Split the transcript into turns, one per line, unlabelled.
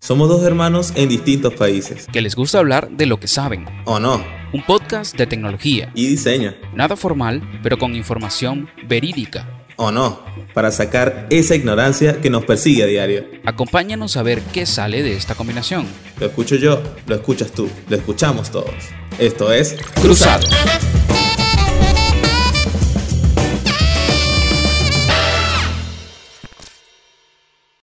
Somos dos hermanos en distintos países.
que les gusta hablar de lo que saben.
¿O no?
Un podcast de tecnología,
Y diseño.
nada formal, pero con información verídica.
¿O no? Para sacar esa ignorancia que nos persigue a diario.
Acompáñanos a ver qué sale de esta combinación.
Lo escucho yo, lo escuchas tú, lo escuchamos todos. Esto es
Cruzado.
Cruzado.